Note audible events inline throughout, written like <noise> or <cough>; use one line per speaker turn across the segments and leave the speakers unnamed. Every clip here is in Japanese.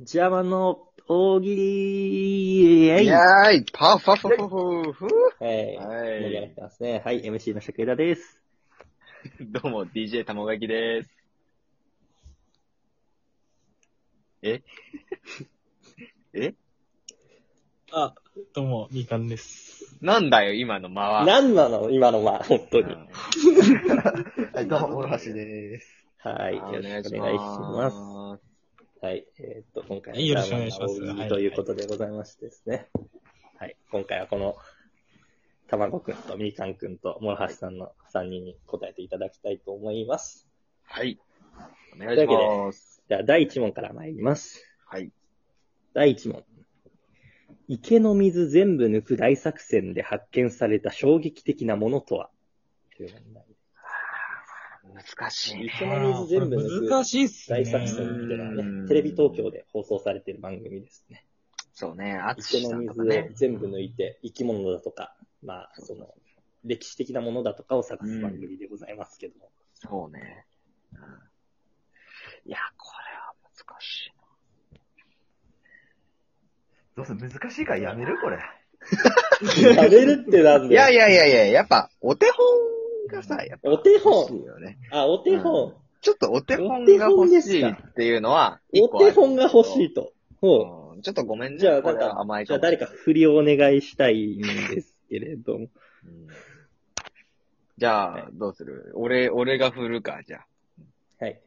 邪魔の大喜利え
イ
い
ェーイパフパフパフフ
はい。
はい
盛り上がってますね。はい、MC の職枝です。
どうも、DJ たもがきです。ええ
あ、どうも、みかんです。
なんだよ、今の間は。
何なの今のは、本当に。
はい、どうも、諸橋でーす。
はい。よろしくお願いします。
ます。
はい。えーっと、今回
はいよろしくお願いします
邪魔の大喜
は
利
い
ということでございましてですね。はい。今回はこの、たまごくんとみーかんくんと諸橋さんの3人に答えていただきたいと思います。
はい。お願いし
という
ます。
じゃあ、第1問から参ります。
はい。
第1問。池の水全部抜く大作戦で発見された衝撃的なものとはという問題
難しいね。
池の水全部抜く
難しいっすね。
大作戦っていうのは
う
ね、
ん
テレビ東京で放送されている番組ですね。
そうね、あつ
池
しさ
の
んと
水
か
を
ね。
全部抜いて、生き物だとか、まあ、その、歴史的なものだとかを探す番組でございますけど <laughs> も。
そうね。うんいや、これは難しい。
どうする難しいからやめるこれ。
やめるってなん
い
で
やいやいやいや、やっぱ、お手本がさ、やっぱ。
お手本
欲しいよね。
あ、お手本。
ちょっとお手本が欲しいっていうのは、一個
お手本が欲しいと。ほう。
うんちょっとごめんね。
じゃあ、
こ
なん
れは
か
甘、い
じ
か
ゃあ
も
誰か振りをお願いしたいんですけれども。
うんじゃあ、どうする俺、俺が振るか、じゃあ。
はい。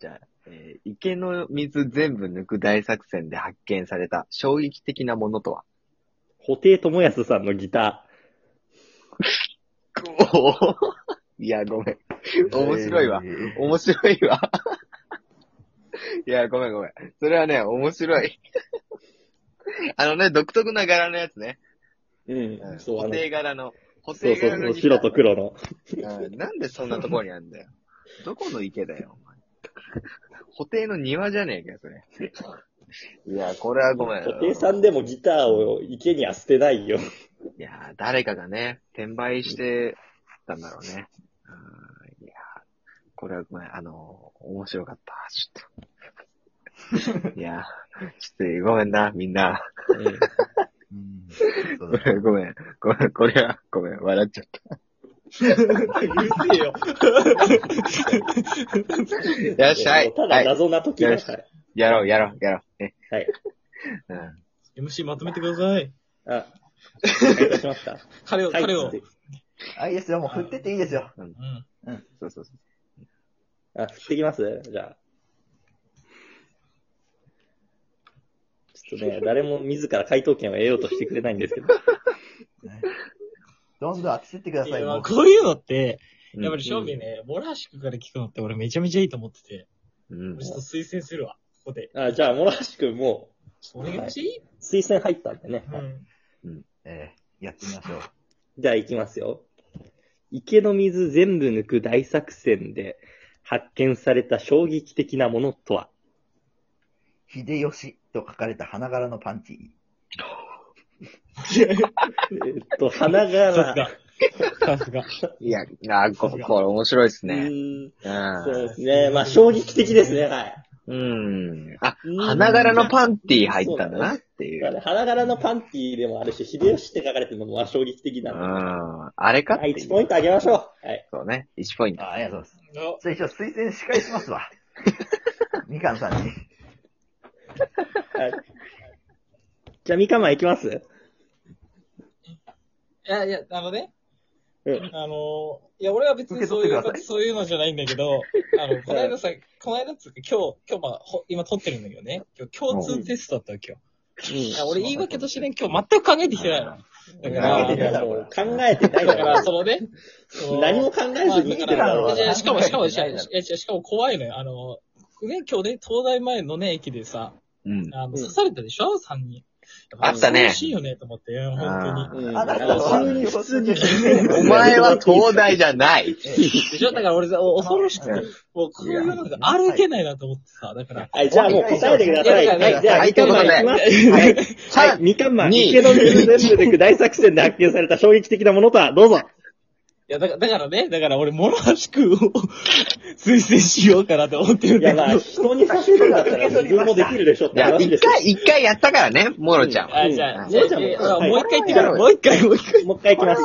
じゃあ、えー池の水全部抜く大作戦で発見された衝撃的なものとは
布袋智康さんのギタ
おお <laughs> いや、ごめん。 <laughs> 面白いわ
え。ー
面白いわ。 <laughs> いや、ごめんごめん。それはね、面白い。あのね、独特な柄のやつね。
ー。
うん、
そう、あ
補
の、
正柄の。補
そう
正
そう
柄
そ
の
う、
ギター
白と黒の。
うんなんでそんなところにあんだよ。 <laughs> どこの池だよ、お前。補定の庭じゃねえかよ、それ。 <laughs> いや、これはごめん。
布袋さんでもギターを池には捨てないよ。
いや、誰かがね、転売してたんだろうね。うんいや、これはごめん、あの、面白かった、ちょっ <laughs> と。いや、ちょっとごめんな、みんな。 <laughs>
うん
うんそう
ご
だね
めん、ごめん、これは、ごめん、笑っちゃった。
うるせえよ。
いらっしゃ
<laughs>
い。
ただ
はい、
謎な時だ
よ
か
し
ら。
やろう、やろう、やろう。ね
はい。
<laughs> うん。
MC まとめてください。
あ、失礼いたしま
<laughs>
した。
彼を、
はい。
彼を。
あ、いいですよ。もう振ってっていいですよ。
うん。
そうそうそう。
あ、振ってきますじゃあ。ちょっとね、誰も自ら回答権を得ようとしてくれないんですけど。
どんどん当ててってくだ
い
さい。
や
もう
こういうのって、やっぱり
り、
正味ね、モラハシ君から聞くのって俺めちゃめちゃいいと思ってて、
うん
ちょっと推薦するわ、ここで。
あ、じゃあ、諸橋くんも
お願いしていい、
う推薦入ったんでね。はい
うん。
えーやってみましょう。
じゃあ行きますよ。池の水全部抜く大作戦で発見された衝撃的なものとは
秀吉と書かれた花柄のパンチ。
えーっと、花
さす
柄。
が。さす
<laughs>
が。
いや、あーこ、これ面白いです
う
ね。
ーん
うん
そうですね。まあ、衝撃的ですね。はい。
うん。あ
うん、
花柄のパンティー入ったんだなってい
まあ
う。
ね花柄のパンティーでもあるし、秀吉って書かれてるのもまあ衝撃的
う
なので。
ん。あれかっ
は
てい
い、
う。
1ポイントあげましょう。はい。
そうね。1ポイント。
あ、ありがとうございます。
お
じゃあ一応推薦司会しますわ。みかんさん
は
に。
い、じゃあ、みかんまんいきます
いやいや、あのね、
うん。
あのー、いや、俺は別にそうい
受け取
う、
ってください
そういうのじゃないんだけど、
<laughs>
あの、この間さ、この間っつうか、今日、今日まあ、ほ今撮ってるんだけどね、今日共通テストだったわけよ。いや俺言い訳としてね、今日全く考えてきてないの。だか
考えてない
ら、
もう考えてない
だ
か
から、
ら、
そのね、その
何も考えずに生きてるだろう
ま
な
あだからいやし
<laughs>
かも、しかも、
考え
してか
ない
も、しかも怖いのよ。あの、ね、今日ね、東大前のね、駅でさ、
うん。
あの、
ん
刺されたでしょ三人。
あったね
恐ろしいよね、と思って、うん本当に。
うん
あなたは
急に普通に
お前は東大じゃない。
でしょだから俺さ、お恐ろしくて
う、
もうこういうのが歩けないなと思ってさ、だから、
はい、じゃあもう答えてください。
いやいや
は
いや
い、じゃあ、
はい
みかんまんいきます。はい、はい、みかんまん、
二
池の水全部抜く大作戦で発見された衝撃的なものとは、どうぞ。
いや、だから、だからね、だから俺、諸橋くんを推薦しようかなと思ってるん
いや、
だけ
まあ、
ど。
人にさせるんだったら自分もできるでしょっ
い
て
や、
話で
一
すよ。
回、一回やったからね、モロちゃんは。
あ、じゃ
う
あ、
ん
じゃあ、じ
じゃあ
ゃあ
はい
もう一回行ってから、もう一回、もう一回。
もう一回行きます。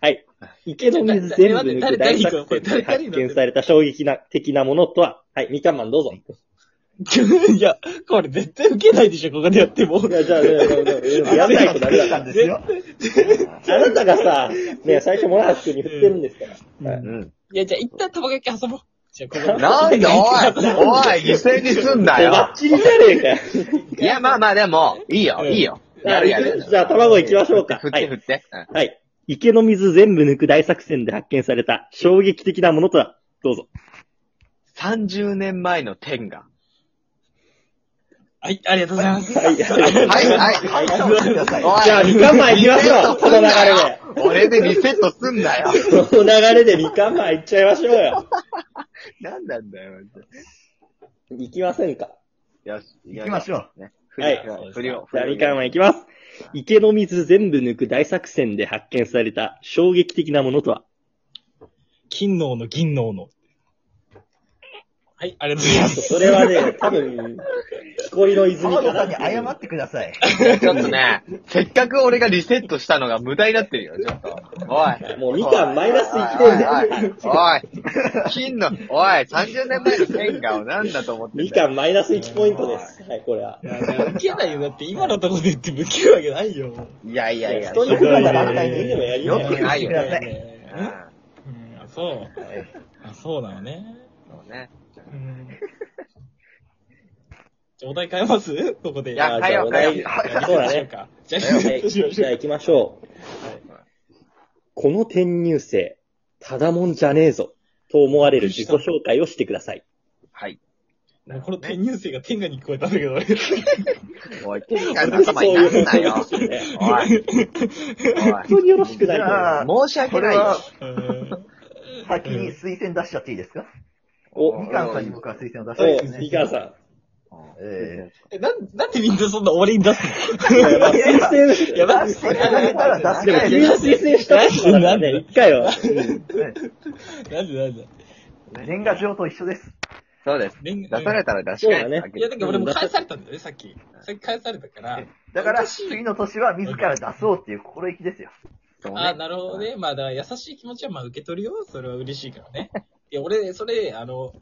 はい。池の水全部抜く大作戦で発見された衝撃な的なものとは、はい、みかんマンどうぞ。
<laughs> いや、これ絶対受けないでしょ、ここでやっても。
いや、じゃあ、じゃあじゃあじゃあやんないとダメだか
んですよ。
ら。あなたがさ、ね、最初モラハス君に振ってるんですから。
うん
うん。
いや、じゃあ一旦玉焼き挟もう。じゃあ、ここで。
なんで、おい、おい、犠牲にすん
<laughs>
だ
バ
よ
ッ。チリじゃねえかよ。
いや、まあまあ、でも、いいよ、いいよ。
じゃ
や
あ
るやる。
じゃあ、卵行きましょうか。
振っ
は
て
い
振って。うん
はい。池の水全部抜く大作戦で発見された衝撃的なものとは、どうぞ。
30年前の天下。
はい、ありがとうございます。
はい、
はい、
は
はい、
ください。
おい
じゃあ、みかんマン行きましょう。この流れ
俺でリセットすんな <laughs> よ。
で。この流れでみかんマン行っちゃいましょうよ。
なんなんだよ、マジで。
行きませんか。
よし、
行きましょう。
う。ね。
はい
振りを。
じゃあ、みかんマン行きます。池の水全部抜く大作戦で発見された衝撃的なものとは、
金の斧、銀の斧。はい、ありがとうございます。
それはね、多分、氷の泉
浜
か
田
な
さんに謝ってください。
ちょっとね、せっかく俺がリセットしたのが無駄になってるよ、ちょっと。おい。
もうみかんマイナス1
おい
点で。
おい、おい金の、おい、30年前の天下をなんだと思ってん
み
だ
か
よ。
んマイナス1ポイントです。はい、これは。
いやいや受けないよ。だって今のところで言っても受けるわけないよ。
いやいやいや、
人に振らなら対にでもやりな
よ
よ。
くないよね
ねうん、あそう。あ、そうなのね。
そうね。
うん。じゃあお題変えますここで。
い
ま
や、
あ
はよ、
じゃあ
はよ。
はいそうだね。
じゃあ、
はい
しまし
じ
ょ
ゃあ
う
行きましょう。この転入生、ただもんじゃねえぞ、と思われる自己紹介をしてください。
はい。
か。この転入生が天下に聞こえたんだけ
<laughs>
ど、俺。
おい、天下の頭になんなよ。
そういう話ね
おい。
本当によろしくないと思います
おい。申し
こ
訳ない
れ
よ
は。
うん
先に推薦出しちゃっていいですか
お
みかんさんに僕は推薦を出し
そ
たいで
う
す、
み
ね。
かんさん。
え
え、なん、なんでみんなそんな俺に出す
いやまあ推薦
のやばい。
えれたら
で
出
も
し、たい
君が推薦したことだからね、一回は。
なんでなんで
年賀状と一緒です。
そうです。
年
出されたら出し
そうだ
返
ね
すだけ
いや、だから俺も返されたんだよね、さっき。さっき返されたから。
だから、次の年は自ら出そうっていう心意気ですよ。
そうね
あなるほどね。まあ、だから優しい気持ちはまあ受け取るよ。それは嬉しいから <laughs> ね。いや、俺、それ、あの、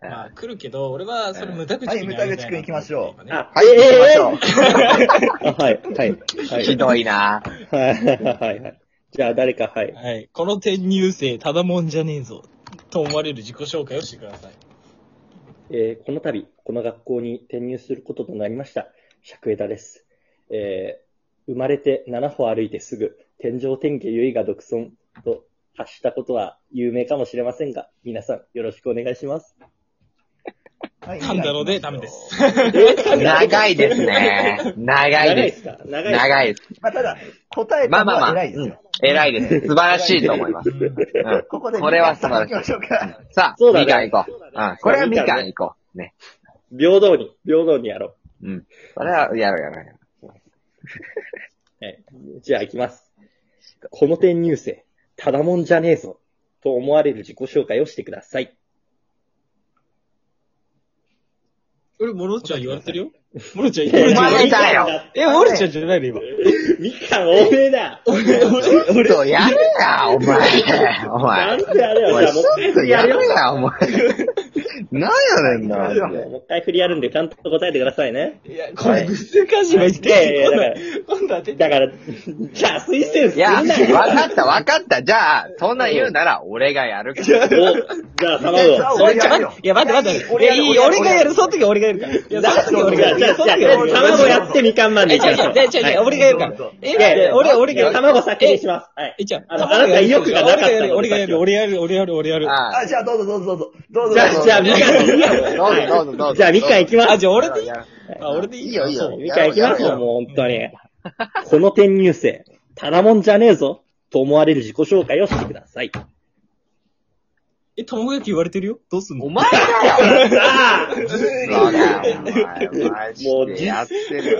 まあ来るけど、俺はそれ無駄口
はい無駄口くん行きましょう
あ、
はい、行きましょう。
あはい、はい、はい。
ひどいな
はい、はい、はい。じゃあ誰か、はい。
はい。この転入生、ただもんじゃねえぞ。と思われる自己紹介をしてくだ <laughs> さい。
えーこの度、この学校に転入することとなりました、尺枝です。えー生まれて7歩歩いてすぐ、天上天下ゆいが独尊と発したことは有名かもしれませんが、皆さんよろしくお願いします。
はい
噛んだのでダメです。
えー
長いですね。長
長
い
いで
です
す。か長いです
長いです。
まあ、ただ、答え
ま
た
あ
の
まあま
は
あ
偉いですよ。
偉いです。素晴らしいと思います。うん
ここで、
これは素晴らしい
行きましょうか。
さあ、
そうだね
みかん行こう。うん。これはみかん行こう。ね。
平等に、平等にやろ
うん。それは、やろうやろうやろ
う。はい、じゃあ行きます。この転入生、ただもんじゃねえぞ、と思われる自己紹介をしてください。
俺、モロちゃん言われて <laughs> るよ。モロちゃん、モ
う。お
ロちゃん。
前だよ
え、モロちゃんじゃないの今。
みかん、おめえだ
俺、俺、
ちょっとやれや、お前。
な
お前。
んであれ
お
よ、
前、
じゃあ
ち
もう一回やるよ
ょっとやれ。や、お前。なんやねんな、マジ
も
で
う一回振りやるんで、ちゃんと答えてくださいね。
いや、これ難しいわ、言
いや
っ
い
て。
や
今
いや
度、今度当てて。
だから、じゃあ推薦す
い
る
や、
な
わ
よ。
かった、わかった。じゃあ、そんなん言うなら、俺がやるか
お
ら。
じゃあ、卵。
や
俺ちゃん、待っていや、待って待って。
俺やる
いい俺がやる。その時は俺がやるから。いや、その時は俺がやる。
じゃあ、じ
そ
ゃあ、
の時は俺がやる
卵やってみかんまんで
<laughs> え、
いきましょう。
違う違う違う違う、俺がやるから。え、俺、俺がやる。
卵先にします。はい。
え、じゃ
あのあなた意欲がなかったの
俺がやる、俺がやる、俺がやる、俺がやる。
あ
あ、じゃあ、どうぞどうぞどうぞ。どうぞ
じゃあ、じゃあ、みかん、みかん
どうぞどうぞどうぞ
じゃあ、みかん行きます。
あ、じゃあ俺
俺
でいい
で
あ、俺でい
い
い
いよ、いいよ。
みかん行きます
や
よ、
ろう
もう本当に。この転入生、ただもんじゃねえぞ、と思われる自己紹介をしてください。
え、卵焼き言われてるよどうすんの
お前だよ
さあ
そうだよお前マジでやってるよ。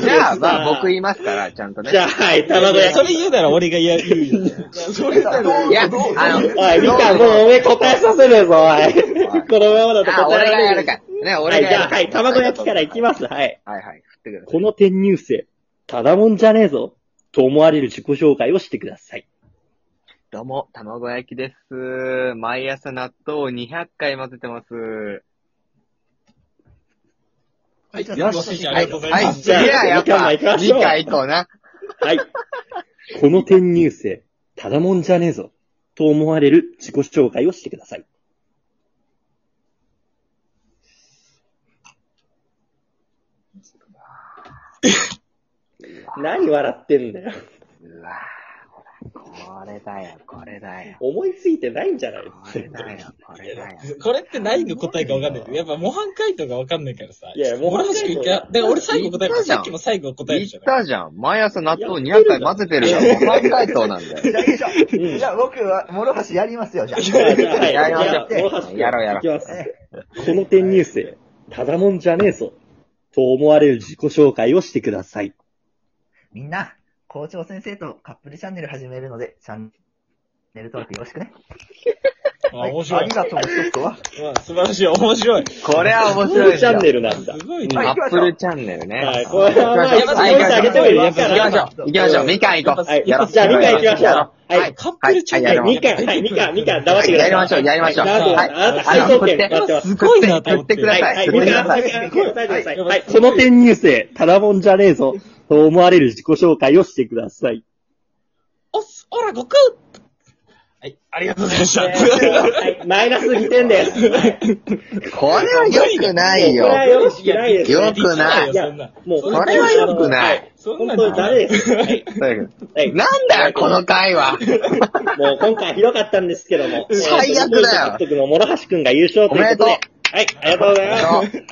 じゃあ、まあ僕言いますから、ちゃんとね。
じゃあ、はい、卵
そ
焼
れ
き。
言うなら俺が言う言うよ。
それだろ
いや、あの、
おい、みかん、もうおめえ答えさせねえぞ、おい。このままだと
あ、
答
俺
え
が
られ
やる
な
か
い。。
ね、
は
俺
い、
が
じ
や
ゃ
る
あ、はい、卵焼きからいきます。はい。
はいはい。振ってください。
この転入生、ただもんじゃねえぞ、と思われる自己紹介をしてください。
どうも、卵焼きです。毎朝納豆を200回混ぜてます。
はい、
じゃあ
よし、ありがとうござい
は
ま
い、
す。
じゃあ、や
み
っぱ、
かんも行きましょう
2回行こうな。
はい。この転入生、ただもんじゃねえぞ、と思われる自己紹介をしてください。何笑ってんだよ。
うわぁ、ほら、これだよ、これだよ。
思いついてないんじゃない
これだよ、これだよ。
これって何の答えか分かんないけど、やっぱ模範解答が分かんないからさ。
いや模範解答
俺しか言ってなだから俺最後答
言
え
った
る。
じゃん
さっきも最後答えるじ
言っ
ゃない。
たじゃん。毎朝納豆200回混ぜてるじゃん。模範解答なんだよ。
じゃあ、いいじゃ
うん
ん。じゃあ、僕は、諸橋やりますよ、じゃあ。
じゃあじゃあはい
やりましょう
じゃあ大橋君
やろうやろう
いきます。この転入生、ただもんじゃねえぞ、と思われる自己紹介をしてください。
みんな、校長先生とカップルチャンネル始めるので、チャンネル登録よろしくね。
あ、面白
あ
い
り。がとう、一つは。
まあ、素晴らしい。面白い。
これは面
アップ
白い
ル
で
チ
す
ャ
よ
ン。ネルなんだ。
すごい
ア
ね。
はい
ップルチャンネルね。
はいこれはまあ
はい
や
行
っぱ上
き
げ
ましょ
て
う
みる
行
やっぱ
きましょう。行きましょう。みかん行こう。
はい。じ
や
ゃ
ろ
あ、
う
みかん行きましょう。は
はいい。
カップルチャンネ
は
や
い、
ろう
みかん、はい、みかん、みかん、黙ってください。
やりましょうやりましょう
はい、
はい
あなた、最高権やってます。
すごいなと思っ
振
て。
ってください
はい、
ご
み
めん
か、
なんさ
はいい声答えてください。
はい
はい、この転入生、ただもんじゃねえぞ、と思われる自己紹介をしてください。
おっす、おら、悟空はい、ありがとうございまし
は
た。
い、マイナス2点です。はい
これは良くないよ
こ。れはよろしくないです。
よくない
よそんな。
もう、
こ
れは良くない
は
そん
本
な
当にダメです。はい。はい
なんだよ、この回は。
<laughs> もう今回ひどかったんですけども。
最悪だよ
監督の諸橋くんが優勝ということで
おめで。
はい、ありがとうございます。